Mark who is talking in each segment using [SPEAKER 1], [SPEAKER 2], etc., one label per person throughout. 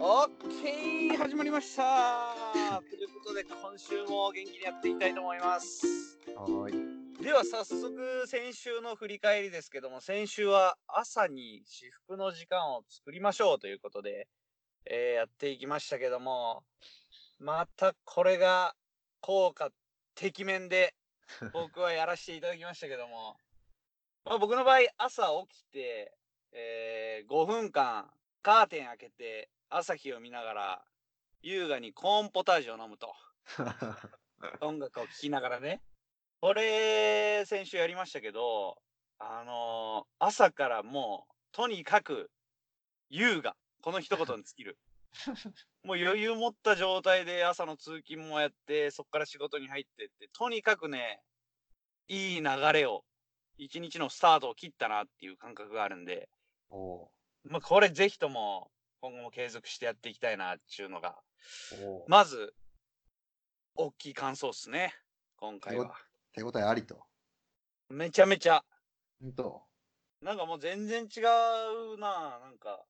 [SPEAKER 1] オッケー始まりました ということで今週も元気にやっていきたいと思います
[SPEAKER 2] はーい。
[SPEAKER 1] では早速先週の振り返りですけども先週は朝に私服の時間を作りましょうということで、えーやっていきましたけどもまたこれが効果てきめんで僕はやらせていただきましたけども、 まあ、僕の場合朝起きて、えー5分間カーテン開けて朝日を見ながら優雅にコーンポタージュを飲むと。音楽を聴きながらね。これ、先週やりましたけど、あのー朝からもう、とにかく、優雅。この一言に尽きる。もう余裕持った状態で朝の通勤もやって、そこから仕事に入ってって、とにかくね、いい流れを、一日のスタートを切ったなっていう感覚があるんで、
[SPEAKER 2] お お
[SPEAKER 1] まあ、これぜひとも、今後も継続してやっていきたいなっていうのが、
[SPEAKER 2] ー。おー
[SPEAKER 1] まず、大きい感想っすね。今回は。
[SPEAKER 2] 手応えありと。
[SPEAKER 1] めちゃめちゃ。
[SPEAKER 2] ほんと。
[SPEAKER 1] なんかもう全然違うななんか。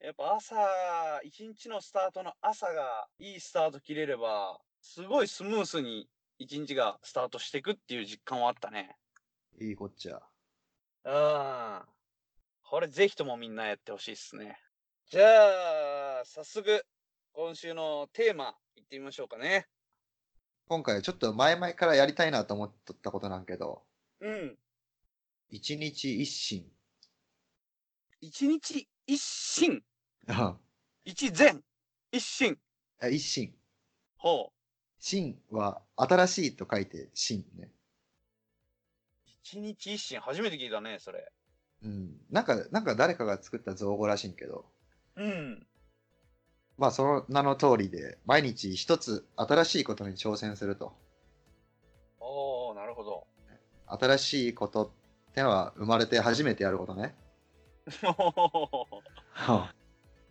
[SPEAKER 1] やっぱ朝、一日のスタートの朝がいいスタート切れれば、すごいスムースに一日がスタートしていくっていう実感はあったね。
[SPEAKER 2] いいこっちゃ。
[SPEAKER 1] うん。これぜひともみんなやってほしいっすね。じゃあ、早速、今週のテーマ、いってみましょうかね。
[SPEAKER 2] 今回ちょっと前々からやりたいなと思っとったことなんけど、
[SPEAKER 1] うん。
[SPEAKER 2] 一日一心。
[SPEAKER 1] 一日一心、
[SPEAKER 2] あ
[SPEAKER 1] 一善、一心。
[SPEAKER 2] 一心。
[SPEAKER 1] ほう。
[SPEAKER 2] 心は新しいと書いて心ね。
[SPEAKER 1] 一日一心、初めて聞いたね、それ。
[SPEAKER 2] うん。なんか、なんか誰かが作った造語らしいんけど、
[SPEAKER 1] うん。
[SPEAKER 2] まあその名の通りで、毎日一つ新しいことに挑戦すると。
[SPEAKER 1] おおなるほ ど。
[SPEAKER 2] 新しいことってのは生まれて初めてやること ね。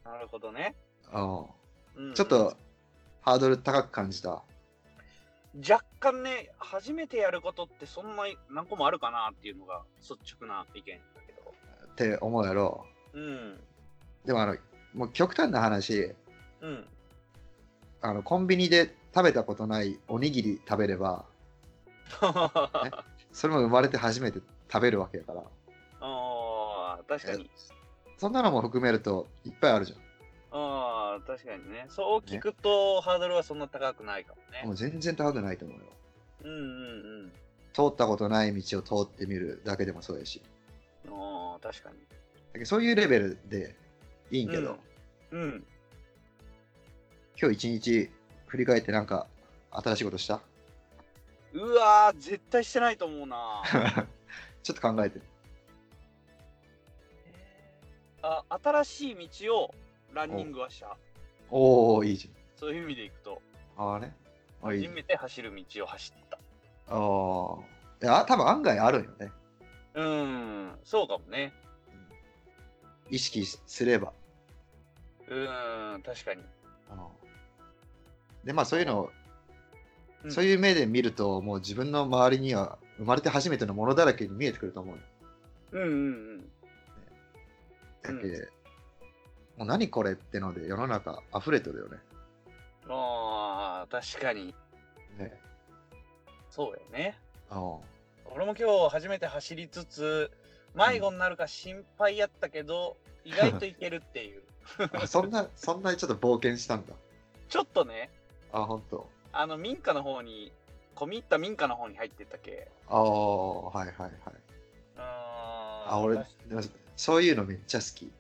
[SPEAKER 1] なるほどね。
[SPEAKER 2] うん。
[SPEAKER 1] うんうん
[SPEAKER 2] ちょっと、ハードル高く感じた。
[SPEAKER 1] 若干ね、初めてやることってそんな何個もあるかなっていうのが率直な意見だけど。
[SPEAKER 2] って思うやろ
[SPEAKER 1] うん。
[SPEAKER 2] うでもあのもう極端な話
[SPEAKER 1] うん。
[SPEAKER 2] あのコンビニで食べたことないおにぎり食べればそれも生まれて初めて食べるわけやから
[SPEAKER 1] ああ、確かに。
[SPEAKER 2] そんなのも含めるといっぱいあるじ
[SPEAKER 1] ああ、確かにね。そう聞くと、ハードルはそんな高くないかも
[SPEAKER 2] ゃん
[SPEAKER 1] ね。
[SPEAKER 2] もう全然高くないと思うよ
[SPEAKER 1] うんうん
[SPEAKER 2] 通ったことない道を通ってみるだけでもそうやし
[SPEAKER 1] うん。ああ、確かに。
[SPEAKER 2] だけどそういうレベルでいいんけど、
[SPEAKER 1] うんうん。
[SPEAKER 2] 今日一日振り返ってなんか新しいことした
[SPEAKER 1] うわー、絶対してないと思うな。
[SPEAKER 2] ちょっと考えて
[SPEAKER 1] あ新しい道をランニングはした。
[SPEAKER 2] おおいいじ
[SPEAKER 1] そういう意味でいくと。
[SPEAKER 2] ゃんああねあいいじ
[SPEAKER 1] 初
[SPEAKER 2] ゃん
[SPEAKER 1] めて走る道を走った。
[SPEAKER 2] あーいや多分案外あるんよね
[SPEAKER 1] うーん、そうかもね。
[SPEAKER 2] 意識すれば
[SPEAKER 1] うーん、確かに。
[SPEAKER 2] でまあそういうのを、
[SPEAKER 1] うん
[SPEAKER 2] そういう目で見るともう自分の周りには生まれて初めてのものだらけに見えてくると思うよ
[SPEAKER 1] うんうんうん。
[SPEAKER 2] だけ、
[SPEAKER 1] うん
[SPEAKER 2] もう何これってので世の中溢れてるよね
[SPEAKER 1] ああ、確かに。
[SPEAKER 2] ね
[SPEAKER 1] そうやね。
[SPEAKER 2] うん
[SPEAKER 1] 俺も今日初めて走りつつ、迷子になるか心配やったけど、意外といけるって いう。
[SPEAKER 2] あそんな そんなちょっと冒険したんだ
[SPEAKER 1] ちょっとね、
[SPEAKER 2] あ本当
[SPEAKER 1] あの民家の方に、込み入った民家の方に入ってったけ。
[SPEAKER 2] ああはいはいはい
[SPEAKER 1] あ
[SPEAKER 2] あ俺でもそういうのめっちゃ好き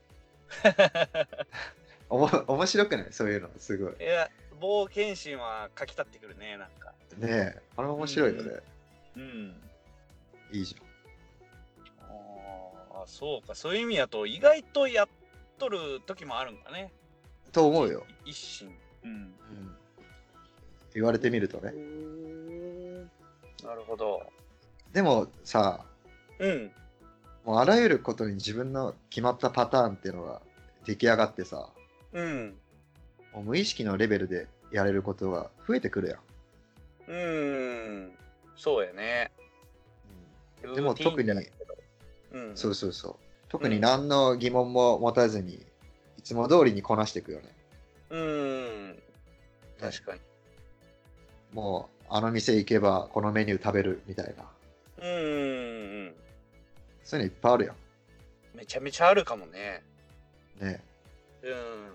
[SPEAKER 2] おも面白くないそういうのすごい ね
[SPEAKER 1] いや、冒険心はかき立ってくるね、なんか。
[SPEAKER 2] えあれ面白いよね、
[SPEAKER 1] うん。
[SPEAKER 2] いいじ
[SPEAKER 1] ああ、そうか、そういう意味だと、意外とやっとる時もあるんかね。
[SPEAKER 2] ゃんと思うよ、
[SPEAKER 1] 一心。うん。
[SPEAKER 2] うん言われてみるとね
[SPEAKER 1] なるほど。
[SPEAKER 2] でもさ
[SPEAKER 1] うん。
[SPEAKER 2] もうあらゆることに自分の決まったパターンっていうのが出来上がってさ
[SPEAKER 1] うん。
[SPEAKER 2] もう無意識のレベルでやれることが増えてくるやん、
[SPEAKER 1] うん。そうやね。
[SPEAKER 2] でも
[SPEAKER 1] ルーティ
[SPEAKER 2] 特に
[SPEAKER 1] ンじゃないけどうん。
[SPEAKER 2] そうそうそう特に何の疑問も持たずにいつも通りにこなしていくよね、
[SPEAKER 1] ううん。確かに。
[SPEAKER 2] もう、あの店行けばこのメニュー食べるみたいな。
[SPEAKER 1] うん。
[SPEAKER 2] そういうのいっぱいあるや
[SPEAKER 1] めちゃめちゃあるかもね。
[SPEAKER 2] ん。ね。
[SPEAKER 1] うん。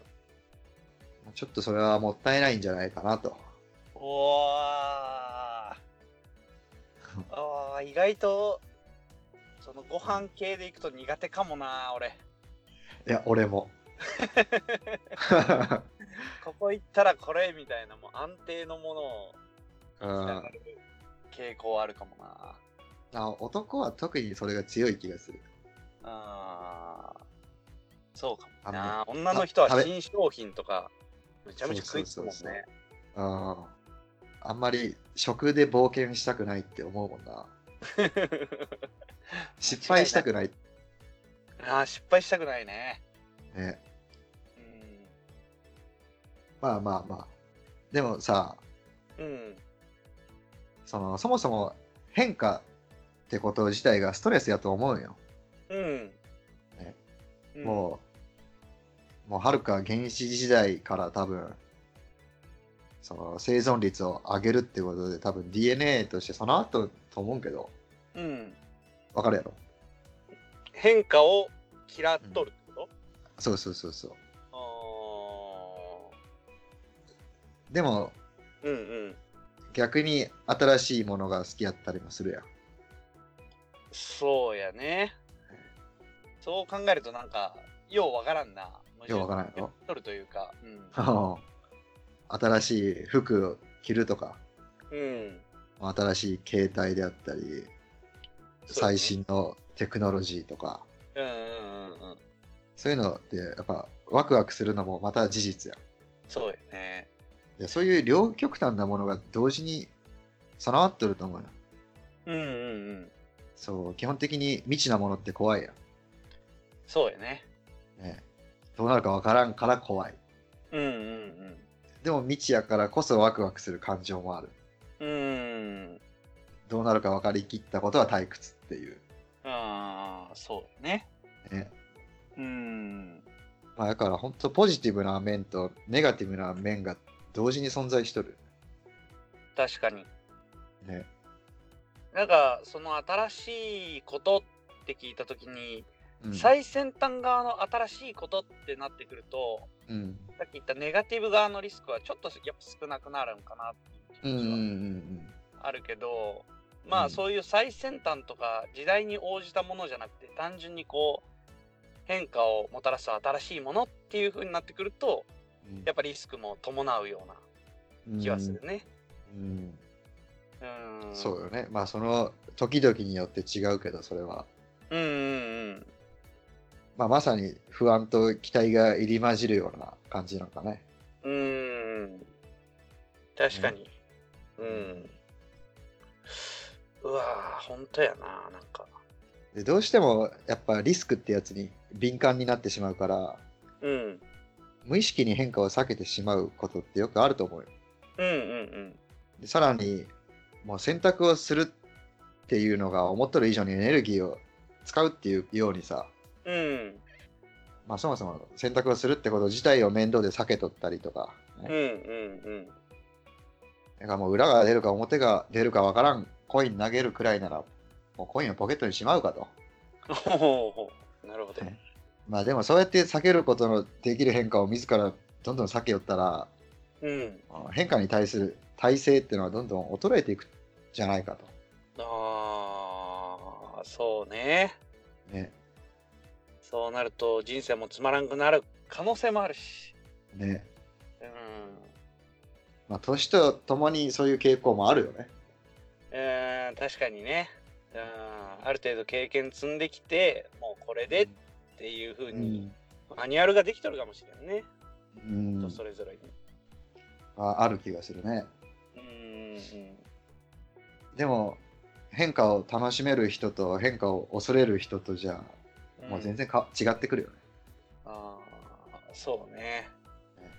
[SPEAKER 2] ちょっとそれはもったいないんじゃないかなと。
[SPEAKER 1] おー あー意外とそのご飯系でいくと苦手かもな俺
[SPEAKER 2] いや、俺も。
[SPEAKER 1] ここ行ったらこれみたいなもう安定のものを
[SPEAKER 2] う
[SPEAKER 1] 行きた
[SPEAKER 2] ん
[SPEAKER 1] が。る傾向あるかもな
[SPEAKER 2] あ男は特にそれが強い気がする。
[SPEAKER 1] あーそうかも
[SPEAKER 2] あ
[SPEAKER 1] な女の人は
[SPEAKER 2] あ食
[SPEAKER 1] 新商品とかめちゃめちゃ食いつくもん
[SPEAKER 2] そうそう
[SPEAKER 1] ね
[SPEAKER 2] うん。あんまり食で冒険したくないって思うもんな。失敗したくない。
[SPEAKER 1] あー失敗したくないね
[SPEAKER 2] ね。
[SPEAKER 1] う
[SPEAKER 2] まあまあまあ。でもさ、
[SPEAKER 1] ん、うん、
[SPEAKER 2] そのそもそも変化ってこと自体がストレスやと思うよ。
[SPEAKER 1] うん
[SPEAKER 2] ね
[SPEAKER 1] うん
[SPEAKER 2] もう、もうはるか原始時代から多分、その生存率を上げるってことで多分 DNA としてその後と思うけど、
[SPEAKER 1] うん、
[SPEAKER 2] わかるやろ
[SPEAKER 1] 変化を嫌っとるってこと、
[SPEAKER 2] そうそうそうそう。
[SPEAKER 1] あ
[SPEAKER 2] でも
[SPEAKER 1] ーうんうん
[SPEAKER 2] 逆に新しいものが好きやったりもするやん。
[SPEAKER 1] そうやねそう考えるとなんかようわからんな
[SPEAKER 2] ようわからんやろ
[SPEAKER 1] やっとるというかう
[SPEAKER 2] 新しい服を着るとか、
[SPEAKER 1] ん、うん
[SPEAKER 2] 新しい携帯であったり、
[SPEAKER 1] そうね
[SPEAKER 2] 最新のテクノロジーとか、
[SPEAKER 1] うんうんうんうん
[SPEAKER 2] そういうのってやっぱワクワクするのもまた事実やん。
[SPEAKER 1] そうやね
[SPEAKER 2] いやそういう両極端なものが同時に備わっとると思うよ。
[SPEAKER 1] うんうんうん
[SPEAKER 2] そう、基本的に未知なものって怖いや
[SPEAKER 1] そうやね
[SPEAKER 2] ん。ね、どうなるかわからんから怖い。
[SPEAKER 1] うんうん
[SPEAKER 2] でも未知やからこそワクワクする感情もある。
[SPEAKER 1] うんうん
[SPEAKER 2] どうなるか分かりきったことは退屈っていう。
[SPEAKER 1] ああそうやね
[SPEAKER 2] ね
[SPEAKER 1] うん
[SPEAKER 2] まあ、だから本当ポジティブな面とネガティブな面が同時に存在しとる。
[SPEAKER 1] 確かに
[SPEAKER 2] ね。
[SPEAKER 1] なんかその新しいことって聞いた時に
[SPEAKER 2] うん。
[SPEAKER 1] 最先端側の新しいことってなってくると
[SPEAKER 2] うん。
[SPEAKER 1] さっき言ったネガティブ側のリスクはちょっとやっぱ少なくなるんかなって
[SPEAKER 2] うん
[SPEAKER 1] いう
[SPEAKER 2] うんう
[SPEAKER 1] 気
[SPEAKER 2] ん
[SPEAKER 1] はあるけど、ま
[SPEAKER 2] う
[SPEAKER 1] あ
[SPEAKER 2] ん
[SPEAKER 1] そういう最先端とか時代に応じたものじゃなくて単純にこう変化をもたらす新しいものっていう風になってくると
[SPEAKER 2] うん。
[SPEAKER 1] やっぱりリスクも伴うような気はするね。
[SPEAKER 2] うん。
[SPEAKER 1] うん
[SPEAKER 2] うん。そうよね。まあその時々によって違うけど、それは。
[SPEAKER 1] うんうんうん
[SPEAKER 2] まあまさに不安と期待が入り混じるような感じなのかね。
[SPEAKER 1] うーん。確かに。うん。うわぁ、ほんとやななんか。
[SPEAKER 2] でどうしてもやっぱリスクってやつに敏感になってしまうから、
[SPEAKER 1] うん。
[SPEAKER 2] 無意識に変化を避けてしまうことってよくあると思うよ。
[SPEAKER 1] うんうん
[SPEAKER 2] でさらにもう選択をするっていうのが思っとる以上にエネルギーを使うっていうようにさ、
[SPEAKER 1] うん。うん。
[SPEAKER 2] まあ、そもそも選択をするってこと自体を面倒で避けとったりとか、
[SPEAKER 1] うん
[SPEAKER 2] ね
[SPEAKER 1] うんうん。
[SPEAKER 2] だからもう裏が出るか表が出るかわからんコイン投げるくらいならもうコインをポケットにしまうかと。
[SPEAKER 1] ほうほうなるほど。
[SPEAKER 2] はいまあでもそうやって避けることのできる変化を自らどんどん避けよったら
[SPEAKER 1] うん。
[SPEAKER 2] あの変化に対する体制っていうのはどんどん衰えていくじゃないか
[SPEAKER 1] ああ、そうね。
[SPEAKER 2] と。ね。
[SPEAKER 1] そうなると人生もつまらんくなる可能性もあるし。
[SPEAKER 2] ね。
[SPEAKER 1] うん。
[SPEAKER 2] まあ年とともにそういう傾向もあるよね。
[SPEAKER 1] うーん、確かにね。うん。ある程度経験積んできて、もうこれでっていう風
[SPEAKER 2] う
[SPEAKER 1] に、
[SPEAKER 2] ん
[SPEAKER 1] マニュアルができとるかもしれんね、
[SPEAKER 2] うん
[SPEAKER 1] 人それぞれに。
[SPEAKER 2] あある気がするね。
[SPEAKER 1] うーん
[SPEAKER 2] でも変化を楽しめる人と変化を恐れる人とじゃ
[SPEAKER 1] うん
[SPEAKER 2] もう全然か、違ってくるよね。
[SPEAKER 1] あーそうね
[SPEAKER 2] ね。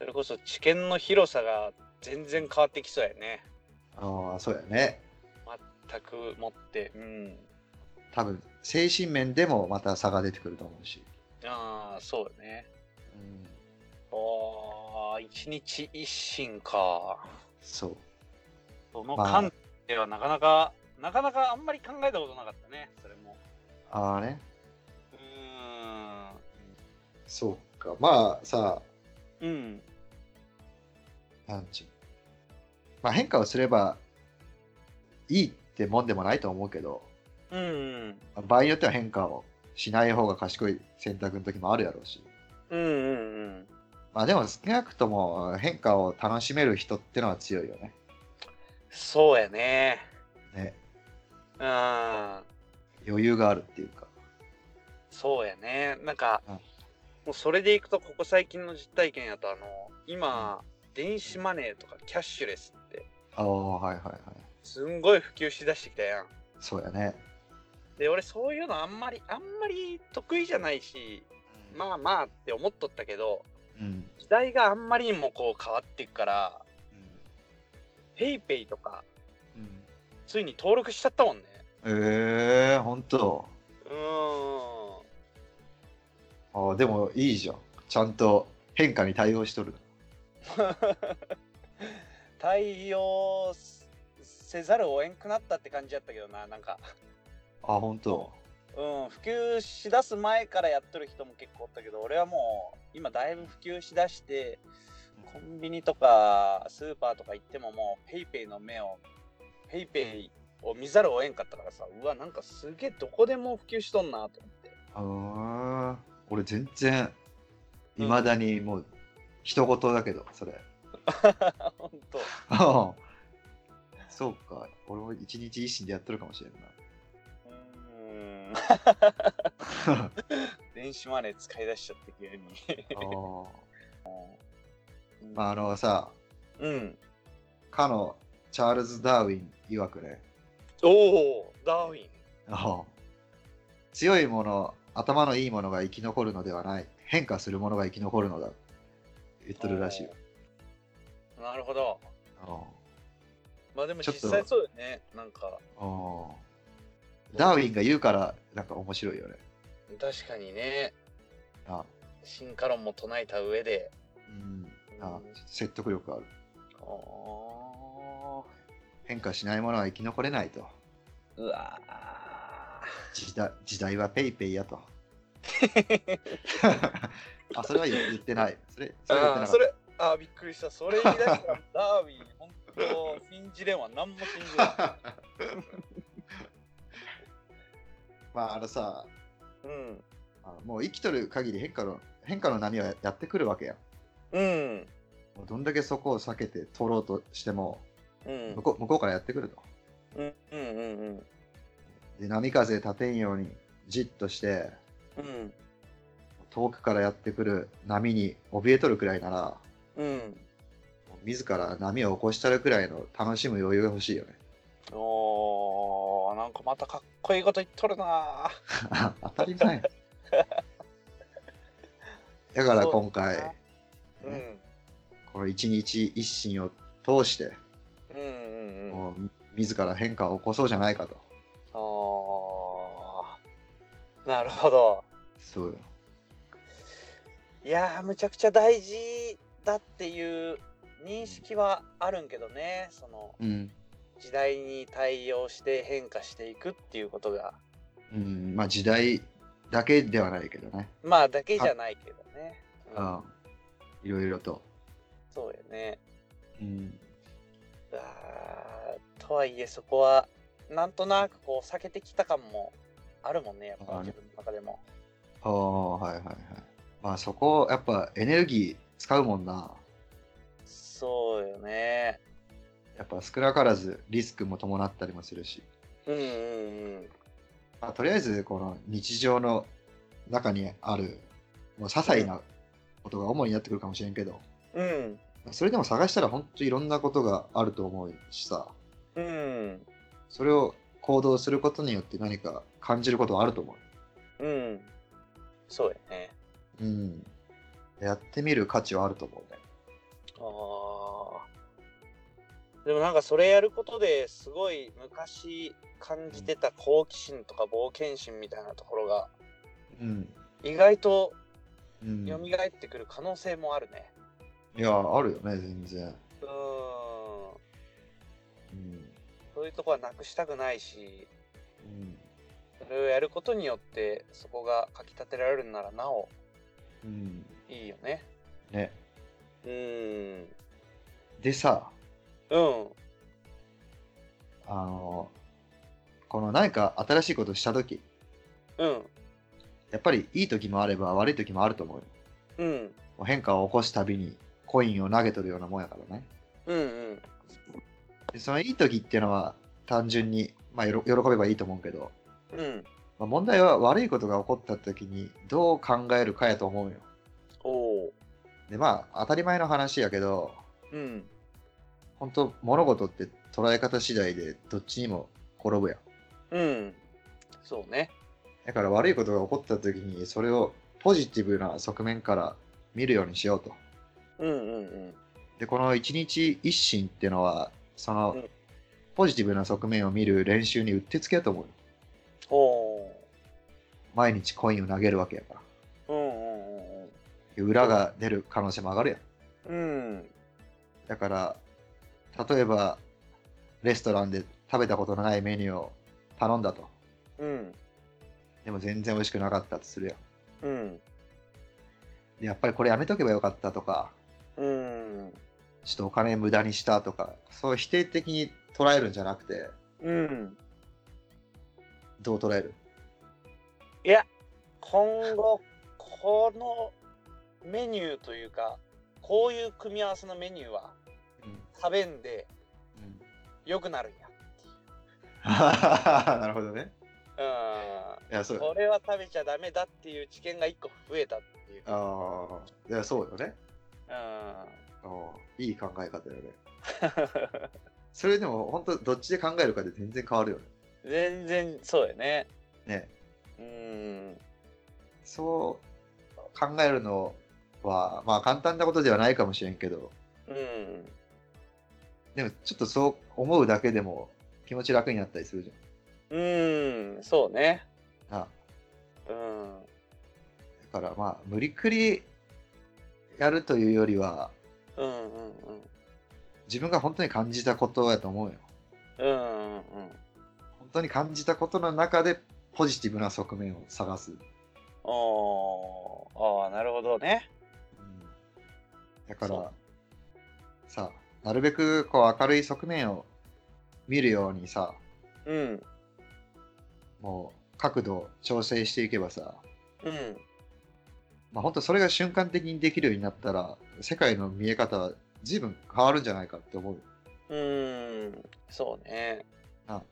[SPEAKER 1] それこそ知見の広さが全然変わってきそうやね。
[SPEAKER 2] ああそうやね。
[SPEAKER 1] 全く持って。うん。
[SPEAKER 2] 多分精神面でもまた差が出てくると思うし。
[SPEAKER 1] ああ、そうね。
[SPEAKER 2] うん
[SPEAKER 1] ああ、一日一心か。
[SPEAKER 2] そう。
[SPEAKER 1] その
[SPEAKER 2] まあ
[SPEAKER 1] 観点ではなかなか、なかなかあんまり考えたことなかったね、それも。
[SPEAKER 2] ああね。
[SPEAKER 1] うーん。
[SPEAKER 2] そうか。まあさ、
[SPEAKER 1] うん。
[SPEAKER 2] なんちゅう。まあ変化をすればいいってもんでもないと思うけど、
[SPEAKER 1] うん。
[SPEAKER 2] 場合によっては変化をしない方が賢い選択の時もあるやろうし。
[SPEAKER 1] うんうんうん。
[SPEAKER 2] まあでも少なくとも変化を楽しめる人ってのは強いよね。
[SPEAKER 1] そうやね。
[SPEAKER 2] ね
[SPEAKER 1] うん。
[SPEAKER 2] 余裕があるっていうか。
[SPEAKER 1] そうやね。なんか
[SPEAKER 2] うん、
[SPEAKER 1] もうそれでいくと、ここ最近の実体験やと、あの、今、電子マネーとかキャッシュレスって、
[SPEAKER 2] ああ、はいはいはい。
[SPEAKER 1] すんごい普及しだしてきたやん。
[SPEAKER 2] そうやね。
[SPEAKER 1] で、俺そういうのあんまり、あんまり得意じゃないし、まあまあって思っとったけど、
[SPEAKER 2] うん。
[SPEAKER 1] 時代があんまりにもこう変わっていくから、ペイペイとか、
[SPEAKER 2] うん。
[SPEAKER 1] ついに登録しちゃったもんね。
[SPEAKER 2] ええー、ほんと。
[SPEAKER 1] うーん。
[SPEAKER 2] ああ、でもいいじゃん。ちゃんと変化に対応しとる。
[SPEAKER 1] 対応せざるを得んくなったって感じやったけどな、なんか。
[SPEAKER 2] ああ、ほんと。
[SPEAKER 1] うん、普及しだす前からやっとる人も結構おったけど俺はもう今だいぶ普及しだしてコンビニとかスーパーとか行ってももうペイペイの目をペイペイを見ざるを得んかったからさうわなんかすげえどこでも普及しとんなと思 って
[SPEAKER 2] ああ、俺全然、いまだにもう、一言だけど、それ。
[SPEAKER 1] 本当
[SPEAKER 2] そうか。俺も一日一心でやっとるかもしれんな。
[SPEAKER 1] うーん 電子マネー使い出しちゃって急に
[SPEAKER 2] あー まあ、あのさ、
[SPEAKER 1] うん
[SPEAKER 2] かのチャールズ・ダーウィン曰くね、
[SPEAKER 1] おおダーウィン
[SPEAKER 2] あー強いもの、頭のいいものが生き残るのではない、変化するものが生き残るのだ。言っとるらしいよ。
[SPEAKER 1] なるほど
[SPEAKER 2] あー
[SPEAKER 1] まあでも
[SPEAKER 2] ちょ
[SPEAKER 1] 実
[SPEAKER 2] っと
[SPEAKER 1] 際そうよねなんか
[SPEAKER 2] あーダーウィンが言うから、なんか面白いよね。
[SPEAKER 1] 確かにね
[SPEAKER 2] あ
[SPEAKER 1] 進化論も唱えた上で
[SPEAKER 2] うん、あ説得力ある。
[SPEAKER 1] おー
[SPEAKER 2] 変化しないものは生き残れないと。
[SPEAKER 1] うわ
[SPEAKER 2] 時代時代はペイペ イやと。あ、それは言言ってない。それ、それは言って
[SPEAKER 1] あ
[SPEAKER 2] なか
[SPEAKER 1] そ
[SPEAKER 2] っ
[SPEAKER 1] れあーびっくりしたそれ言い出したらダーウィン本当信じれんわ何も信じれん
[SPEAKER 2] た。 まあ、あのさ、
[SPEAKER 1] うん
[SPEAKER 2] あもう生きとる限り変化の変化の波はやってくるわけやん。
[SPEAKER 1] うん
[SPEAKER 2] もうどんだけそこを避けて取ろうとしても、
[SPEAKER 1] うん
[SPEAKER 2] 向こう向こうからやってくると。
[SPEAKER 1] うんうんうん
[SPEAKER 2] で、波風立てんようにじっとして、
[SPEAKER 1] うん
[SPEAKER 2] 遠くからやってくる波に怯えとるくらいなら、
[SPEAKER 1] うん
[SPEAKER 2] 自ら波を起こしたるくらいの楽しむ余裕が欲しい よね。
[SPEAKER 1] おーなんかまたかっこいいこと言っとるな
[SPEAKER 2] 当たり前。だから今回、
[SPEAKER 1] そううん
[SPEAKER 2] ねこの一日一心を通して、
[SPEAKER 1] うんうんうん
[SPEAKER 2] もう自ら変化を起こそうじゃないかと。
[SPEAKER 1] あーなるほど
[SPEAKER 2] そうよ。
[SPEAKER 1] いやーむちゃくちゃ大事だっていう認識はあるんけどねその
[SPEAKER 2] うん。
[SPEAKER 1] 時代に対応して変化していくっていうことが
[SPEAKER 2] うん、まあ時代だけではないけどね。
[SPEAKER 1] まあだけじゃないけどね、う
[SPEAKER 2] うんん。いろいろと。
[SPEAKER 1] そうよね
[SPEAKER 2] うん。
[SPEAKER 1] うわーとはいえそこはなんとなくこう避けてきた感もあるもんねやっぱ
[SPEAKER 2] あー
[SPEAKER 1] 自
[SPEAKER 2] ね
[SPEAKER 1] 分の中でも
[SPEAKER 2] ああ、はいはいはい。まあそこ、やっぱエネルギー使うもんな。
[SPEAKER 1] そうよね
[SPEAKER 2] やっぱ少なからずリスクも伴ったりもするし。
[SPEAKER 1] うんうんうん
[SPEAKER 2] まあ、とりあえずこの日常の中にあるもう些細なことが主になってくるかもしれんけど
[SPEAKER 1] うん
[SPEAKER 2] それでも探したら本当いろんなことがあると思うしさ
[SPEAKER 1] うん
[SPEAKER 2] それを行動することによって何か感じることはあると思
[SPEAKER 1] うんそうよね
[SPEAKER 2] う、うん、やってみる価値はあると思うね
[SPEAKER 1] あーでもなんかそれやることですごい昔感じてた好奇心とか冒険心みたいなところが
[SPEAKER 2] うん
[SPEAKER 1] 意外と
[SPEAKER 2] うん、い
[SPEAKER 1] 蘇ってくる可能性もあるね。
[SPEAKER 2] や、あるよね、全然。
[SPEAKER 1] うーん。
[SPEAKER 2] うん。
[SPEAKER 1] そういうとこはなくしたくないし、
[SPEAKER 2] うん。
[SPEAKER 1] それをやることによって、そこがかき立てられるならなお
[SPEAKER 2] うん。
[SPEAKER 1] いいよね。
[SPEAKER 2] ね。
[SPEAKER 1] うーん。
[SPEAKER 2] でさ、
[SPEAKER 1] うん。
[SPEAKER 2] あの、この何か新しいことしたとき、
[SPEAKER 1] うん。
[SPEAKER 2] やっぱりいい時もあれば悪い時もあると思うよ。
[SPEAKER 1] うん。
[SPEAKER 2] もう変化を起こすたびにコインを投げとるようなもんやからね。
[SPEAKER 1] うん。うん。
[SPEAKER 2] でそのいい時っていうのは単純に、まあ、よろ喜べばいいと思うけど、
[SPEAKER 1] うん。
[SPEAKER 2] まあ、問題は悪いことが起こった時にどう考えるかやと思うよ。
[SPEAKER 1] おお
[SPEAKER 2] でまあ当たり前の話やけど
[SPEAKER 1] ー。うん。
[SPEAKER 2] 本当物事って捉え方次第でどっちにも転ぶやん。
[SPEAKER 1] うん。そうね。
[SPEAKER 2] だから悪いことが起こった時にそれをポジティブな側面から見るようにしようと。
[SPEAKER 1] うんうんうん。
[SPEAKER 2] でこの一日一心っていうのはその
[SPEAKER 1] うん
[SPEAKER 2] ポジティブな側面を見る練習にうってつけやと思うよ。
[SPEAKER 1] おお
[SPEAKER 2] 毎日コインを投げるわけやか
[SPEAKER 1] ー。
[SPEAKER 2] ら。
[SPEAKER 1] うんうんうんうん。
[SPEAKER 2] で裏が出る可能性も上がるやん。
[SPEAKER 1] うん。
[SPEAKER 2] だから、例えば、レストランで食べたことのないメニューを頼んだと。
[SPEAKER 1] うん。
[SPEAKER 2] でも全然美味しくなかったとするよ。
[SPEAKER 1] うん。
[SPEAKER 2] でやっぱりこれやめとけばよかったとか、
[SPEAKER 1] うん。
[SPEAKER 2] ちょっとお金無駄にしたとか、そう否定的に捉えるんじゃなくて、
[SPEAKER 1] うん。
[SPEAKER 2] どう捉える
[SPEAKER 1] いや、今後、このメニューというか、こういう組み合わせのメニューは
[SPEAKER 2] うん。
[SPEAKER 1] 食べんで良くなるんや。。。
[SPEAKER 2] なるほどね。いや、そううん
[SPEAKER 1] これは食べちゃダメだっていう知見が一個増えたっていう。
[SPEAKER 2] ああ、いや、そうよね。
[SPEAKER 1] うん。
[SPEAKER 2] あーいい考え方よね。それでも、本当どっちで考えるかで全然変わるよね。
[SPEAKER 1] 全然そうやね。
[SPEAKER 2] ね。
[SPEAKER 1] うん。
[SPEAKER 2] そう考えるのは、まあ簡単なことではないかもしれんけど、
[SPEAKER 1] うん。
[SPEAKER 2] でもちょっとそう思うだけでも気持ち楽になったりするじ
[SPEAKER 1] うん。そうね。
[SPEAKER 2] ゃん。あ
[SPEAKER 1] うん。
[SPEAKER 2] だからまあ無理くりやるというよりは、
[SPEAKER 1] うんうんうん。
[SPEAKER 2] 自分が本当に感じたことやと思うよ。
[SPEAKER 1] うんうんうん。
[SPEAKER 2] 本当に感じたことの中でポジティブな側面を探す。
[SPEAKER 1] おーあー、なるほどね。
[SPEAKER 2] だか
[SPEAKER 1] そう
[SPEAKER 2] ら、さ、なるべくこう明るい側面を見るようにさ、
[SPEAKER 1] うん。
[SPEAKER 2] もう角度を調整していけばさ、
[SPEAKER 1] うん。
[SPEAKER 2] まあ、本当それが瞬間的にできるようになったら世界の見え方は随分変わるんじゃないかって思う
[SPEAKER 1] うーん、そうね。
[SPEAKER 2] あ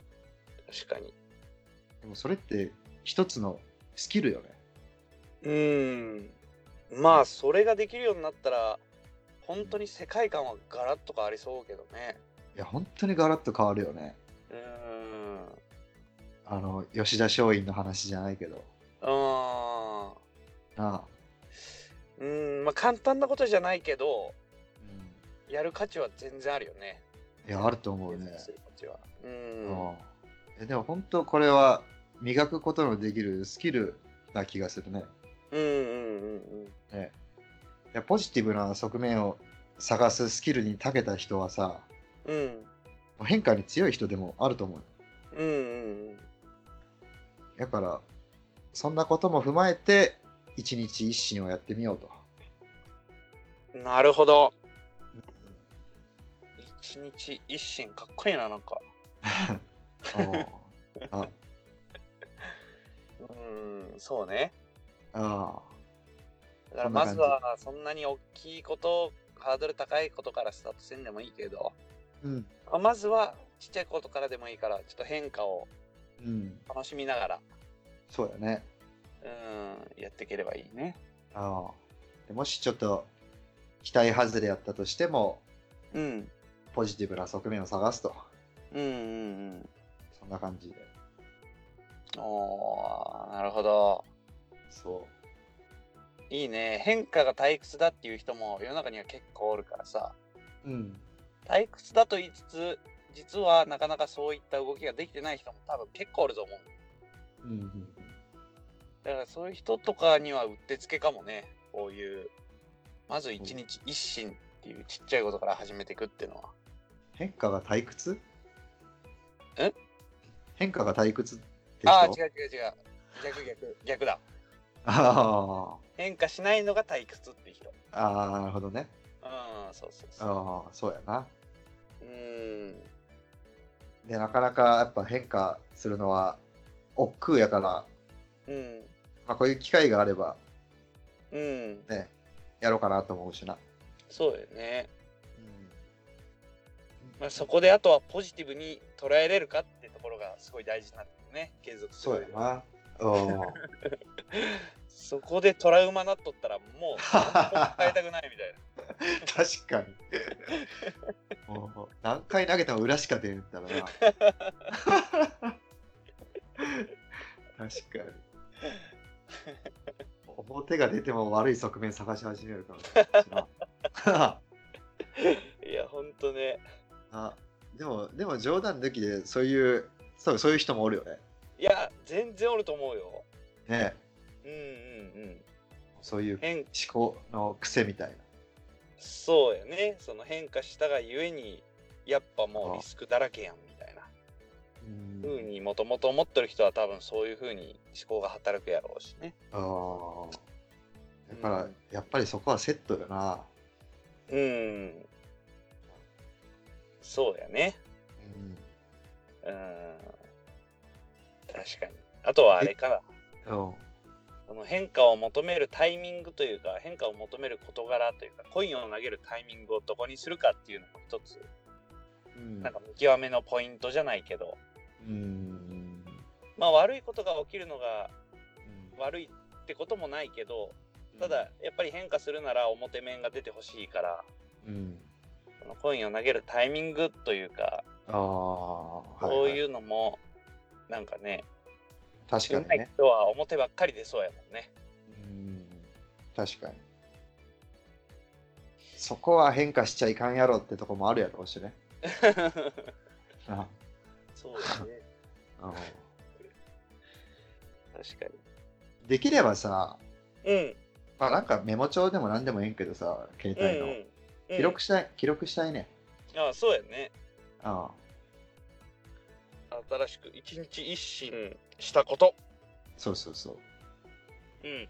[SPEAKER 1] 確かに。
[SPEAKER 2] でもそれって一つのスキルよね
[SPEAKER 1] うーん。まあ、それができるようになったら、本当に世界観はガラッと変わりそうけどね。
[SPEAKER 2] いや本当にガラッと変わるよね
[SPEAKER 1] うーん。
[SPEAKER 2] あの吉田松陰の話じゃないけど
[SPEAKER 1] あ
[SPEAKER 2] なあ、
[SPEAKER 1] ーうーん、まあ、簡単なことじゃないけど、
[SPEAKER 2] う
[SPEAKER 1] やる価値は全然あるよね。
[SPEAKER 2] ん、いやあると思うね
[SPEAKER 1] 継続する価値は。う
[SPEAKER 2] うん
[SPEAKER 1] ん。
[SPEAKER 2] いやでも本当これは磨くことのできるスキルな気がするね
[SPEAKER 1] うんうんうんうん。
[SPEAKER 2] ねいやポジティブな側面を探すスキルに長けた人はさ
[SPEAKER 1] うん。
[SPEAKER 2] 変化に強い人でもあると思う
[SPEAKER 1] うんうんうん。
[SPEAKER 2] だから、そんなことも踏まえて、一日一心をやってみようと。
[SPEAKER 1] なるほど。一日一心かっこいいな、なんか。
[SPEAKER 2] ああ
[SPEAKER 1] うーん、そうね。
[SPEAKER 2] あ
[SPEAKER 1] だからまずはそんなに大きいこと、ハードル高いことからスタートせんでもいいけど、
[SPEAKER 2] うん。
[SPEAKER 1] まあまずはちっちゃいことからでもいいから、ちょっと変化を
[SPEAKER 2] うん。
[SPEAKER 1] 楽しみながら、
[SPEAKER 2] そうだね。
[SPEAKER 1] うーん、やっていければいいね。
[SPEAKER 2] ああでもしちょっと、期待外れやったとしても、
[SPEAKER 1] うん、
[SPEAKER 2] ポジティブな側面を探すと。
[SPEAKER 1] うん、うん、
[SPEAKER 2] そんな感じで。
[SPEAKER 1] うん。おー、なるほど。
[SPEAKER 2] そ
[SPEAKER 1] いいね。変化が退屈だっていう人も世の中には結構おるからさ、
[SPEAKER 2] う。うん。
[SPEAKER 1] 退屈だと言いつつ、実はなかなかそういった動きができてない人も多分結構おると思う。
[SPEAKER 2] うん。
[SPEAKER 1] だからそういう人とかにはうってつけかもね。こういう、まず一日一心っていうちっちゃいことから始めていくっていうのは。
[SPEAKER 2] 変化が退屈
[SPEAKER 1] え
[SPEAKER 2] 変化が退屈って人
[SPEAKER 1] ああ、違う違う違う。逆逆、逆だ。
[SPEAKER 2] あ
[SPEAKER 1] 変化しないのが退屈っていう人。
[SPEAKER 2] あ、ああ、なるほどね。
[SPEAKER 1] うん、そうそうそう。
[SPEAKER 2] ああ、そうやな。
[SPEAKER 1] うん。
[SPEAKER 2] で、なかなかやっぱ変化するのは億劫やから、
[SPEAKER 1] うん。
[SPEAKER 2] まあ、こういう機会があれば
[SPEAKER 1] うん。
[SPEAKER 2] ね、やろうかなと思うしな。
[SPEAKER 1] そうだよね。
[SPEAKER 2] うん
[SPEAKER 1] まあ、そこであとはポジティブに捉えれるかってところがすごい大事になってくるね。継続す
[SPEAKER 2] そう
[SPEAKER 1] る
[SPEAKER 2] や。な。うん。
[SPEAKER 1] そこでトラウマなっとったらもう変えたくないみたいな。
[SPEAKER 2] 確かに。もう何回投げても裏しか出るんだろうな。確かに。表が出ても悪い側面探し始めるかもしれないしな。
[SPEAKER 1] いや、ほんとね。
[SPEAKER 2] あでも、でも冗談抜きでそういう、そうそういう人もおるよね。
[SPEAKER 1] いや、全然おると思うよ。
[SPEAKER 2] ね
[SPEAKER 1] うんうんうん。
[SPEAKER 2] そういう
[SPEAKER 1] 変、
[SPEAKER 2] 思考の癖みたいな。
[SPEAKER 1] そうやね。その変化したがゆえに、やっぱもうリスクだらけやんみたいな
[SPEAKER 2] うん
[SPEAKER 1] 風にもともと思ってる人は多分そういう風に思考が働くやろうしね。
[SPEAKER 2] ああ。だか
[SPEAKER 1] う
[SPEAKER 2] ら
[SPEAKER 1] ん、
[SPEAKER 2] やっぱりそこはセットだな。
[SPEAKER 1] うん。そうやね。う
[SPEAKER 2] うん。
[SPEAKER 1] ん。確かに。あとはあれかな。
[SPEAKER 2] うん。
[SPEAKER 1] その変化を求めるタイミングというか変化を求める事柄というかコインを投げるタイミングをどこにするかっていうのも一つ
[SPEAKER 2] うん
[SPEAKER 1] なんか見極めのポイントじゃないけど
[SPEAKER 2] うん。
[SPEAKER 1] まあ悪いことが起きるのが悪いってこともないけどただ、やっぱり変化するなら表面が出てほしいから
[SPEAKER 2] うん。
[SPEAKER 1] そのコインを投げるタイミングというか
[SPEAKER 2] ああ、は。
[SPEAKER 1] そういううのもなんかね
[SPEAKER 2] 確か
[SPEAKER 1] う
[SPEAKER 2] に
[SPEAKER 1] まい
[SPEAKER 2] ね。
[SPEAKER 1] 人は表ばっかり出そうやもんね。
[SPEAKER 2] うん。確かに。そこは変化しちゃいかんやろってとこもあるやろうしね。あ
[SPEAKER 1] そうですね
[SPEAKER 2] あ
[SPEAKER 1] 確か
[SPEAKER 2] できればさ、
[SPEAKER 1] に。うん
[SPEAKER 2] まあ、なんかメモ帳でも何でもええんけどさ、携
[SPEAKER 1] うん
[SPEAKER 2] 帯の。
[SPEAKER 1] うん。
[SPEAKER 2] 記録したい、記録したいね。
[SPEAKER 1] うんああそうやね。
[SPEAKER 2] ああ。
[SPEAKER 1] 新しく一日一新したこと。
[SPEAKER 2] そうそうそう。
[SPEAKER 1] うん、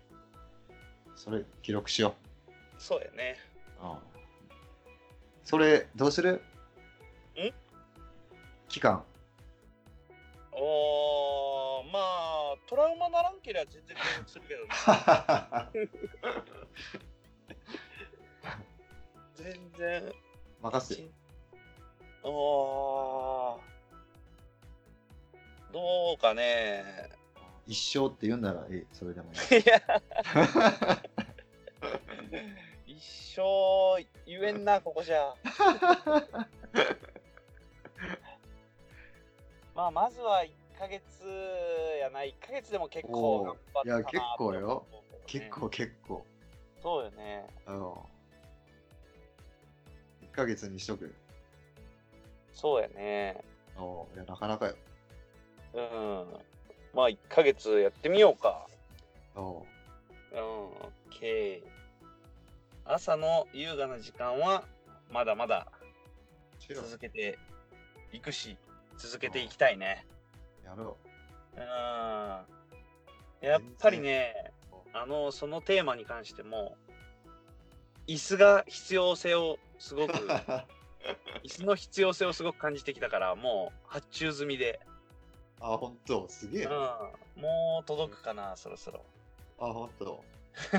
[SPEAKER 2] それ、記録しよう。
[SPEAKER 1] そうやね。
[SPEAKER 2] うんそれどうする
[SPEAKER 1] ん
[SPEAKER 2] 期 間
[SPEAKER 1] おー、まあ、トラウマならんけりゃ全然継続するけ どね。全然。
[SPEAKER 2] 任せて
[SPEAKER 1] おー。どうかね。
[SPEAKER 2] 一生って言うんならいいそ れでもいい
[SPEAKER 1] いや、一生言えんな、ここじ ゃ。まあ、まずは1ヶ月やない、1ヶ月でも結構頑張ったな
[SPEAKER 2] おーいや結構よ
[SPEAKER 1] と思うけどね
[SPEAKER 2] 結構結構
[SPEAKER 1] そうよね。
[SPEAKER 2] あの1ヶ月にしとく
[SPEAKER 1] そうやね。
[SPEAKER 2] あのいやなかなかよ
[SPEAKER 1] うん。まあ、1ヶ月やってみようか。
[SPEAKER 2] あの
[SPEAKER 1] うん。OK。朝の優雅な時間は、まだまだ続けていくし、続けていきたいね。
[SPEAKER 2] やろう
[SPEAKER 1] うん。やっぱりね、あの、そのテーマに関しても、椅子が必要性をす ごく、椅子の必要性をすごく感じてきたから、もう発注済みで。
[SPEAKER 2] あ本当すげえあ
[SPEAKER 1] うん、もう届くかな、そろそろ。
[SPEAKER 2] 本当い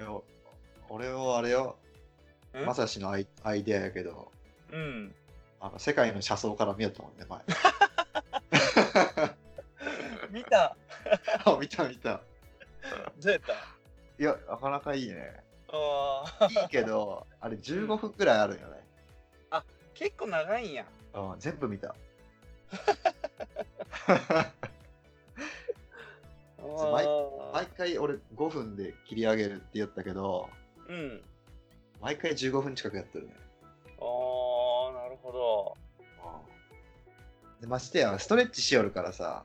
[SPEAKER 2] や俺もあれよ
[SPEAKER 1] ん
[SPEAKER 2] まさしのアイアイデアやけど
[SPEAKER 1] うん。
[SPEAKER 2] あの世界の車窓から見よったもんね 前
[SPEAKER 1] 見た
[SPEAKER 2] あ見た見た
[SPEAKER 1] どうやった
[SPEAKER 2] いやなかなかいいね
[SPEAKER 1] あー
[SPEAKER 2] いいけどあれ15分くらいあるよね、
[SPEAKER 1] 結構長いんや。
[SPEAKER 2] うん、全部見たう毎 毎回俺5分で切り上げるって言ったけど
[SPEAKER 1] うん。
[SPEAKER 2] 毎回15分近くやってるね
[SPEAKER 1] ああ、なるほど。
[SPEAKER 2] でましてやストレッチしよるからさ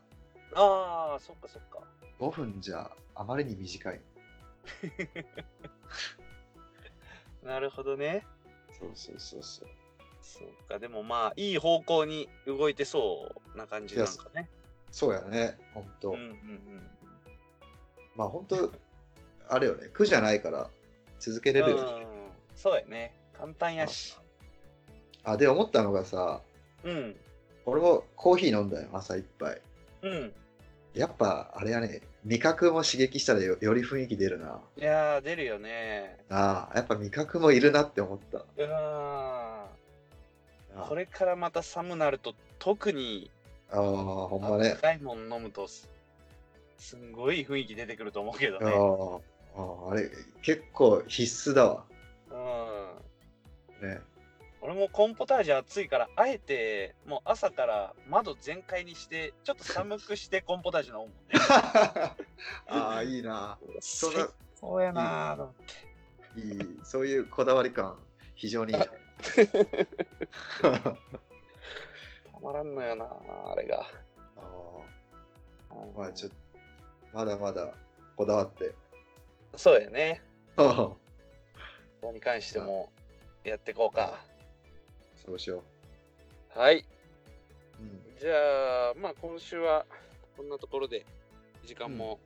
[SPEAKER 1] ああ、そっかそっか。
[SPEAKER 2] 5分じゃあまりに短い
[SPEAKER 1] なるほどね。
[SPEAKER 2] そうそうそうそう。
[SPEAKER 1] そうか、でもまあ、いい方向に動いてそうな感じなんかね。
[SPEAKER 2] そうやね、ほんと。
[SPEAKER 1] うんうんうん。
[SPEAKER 2] まあほんと、あれよね、苦じゃないから続けれるよね。
[SPEAKER 1] うんそうやね。簡単やし。
[SPEAKER 2] あ、で、思ったのがさ、
[SPEAKER 1] うん。
[SPEAKER 2] 俺もコーヒー飲んだよ、朝一杯。
[SPEAKER 1] うん。
[SPEAKER 2] やっぱ、あれやね、味覚も刺激したらよより雰囲気出るな。
[SPEAKER 1] いやー、出るよね。
[SPEAKER 2] ああ、やっぱ味覚もいるなって思った。
[SPEAKER 1] うーん。
[SPEAKER 2] ああ
[SPEAKER 1] これからまた寒なると、特に、
[SPEAKER 2] ああ、ほんまね。
[SPEAKER 1] 高いもん飲むとす、すんごい雰囲気出てくると思うけど
[SPEAKER 2] ああ
[SPEAKER 1] ね。
[SPEAKER 2] あああれ、結構必須だわ。
[SPEAKER 1] うん。
[SPEAKER 2] ね。
[SPEAKER 1] 俺もコーンポタージュ暑いから、あえて、もう朝から窓全開にして、ちょっと寒くしてコーンポタージュ飲むもんね。
[SPEAKER 2] ああ、いいな。そんな
[SPEAKER 1] 最高やなーと思って
[SPEAKER 2] いい、そういうこだわり感、非常に いい。あ
[SPEAKER 1] たまらんのよなあれが。
[SPEAKER 2] あまあ、ちょっと、まだまだこだわって。
[SPEAKER 1] そうやね。
[SPEAKER 2] ああ
[SPEAKER 1] ここに関してもやっていこうか。
[SPEAKER 2] そうしよ
[SPEAKER 1] はい。
[SPEAKER 2] う。うん、
[SPEAKER 1] じゃあ、まあ今週はこんなところで時間も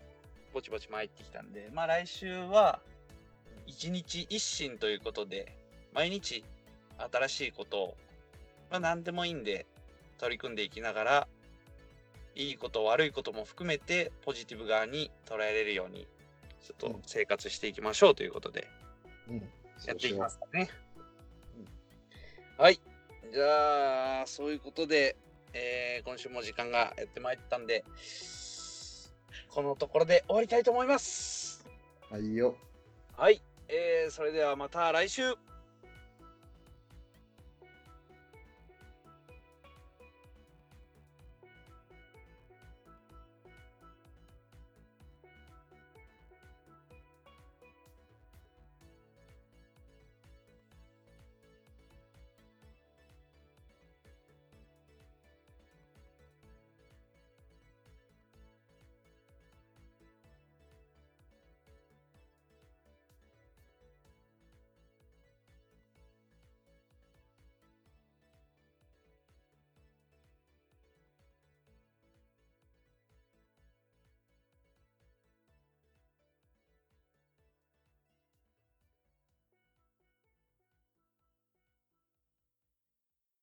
[SPEAKER 1] ぼちぼち参ってきたんで、まあ来週は一日一新ということで、毎日新しいことを、まあ何でもいいんで取り組んでいきながら、いいこと悪いことも含めてポジティブ側に捉えれるように、ちょっと生活していきましょうということで、
[SPEAKER 2] うん、
[SPEAKER 1] やっていき
[SPEAKER 2] そう
[SPEAKER 1] ま
[SPEAKER 2] し
[SPEAKER 1] すかね。はい。じゃあ、そういうことで、えー今週も時間がやってまいったんで、このところで終わりたいと思います。
[SPEAKER 2] よう。はいよ。
[SPEAKER 1] はい。えーそれではまた来週。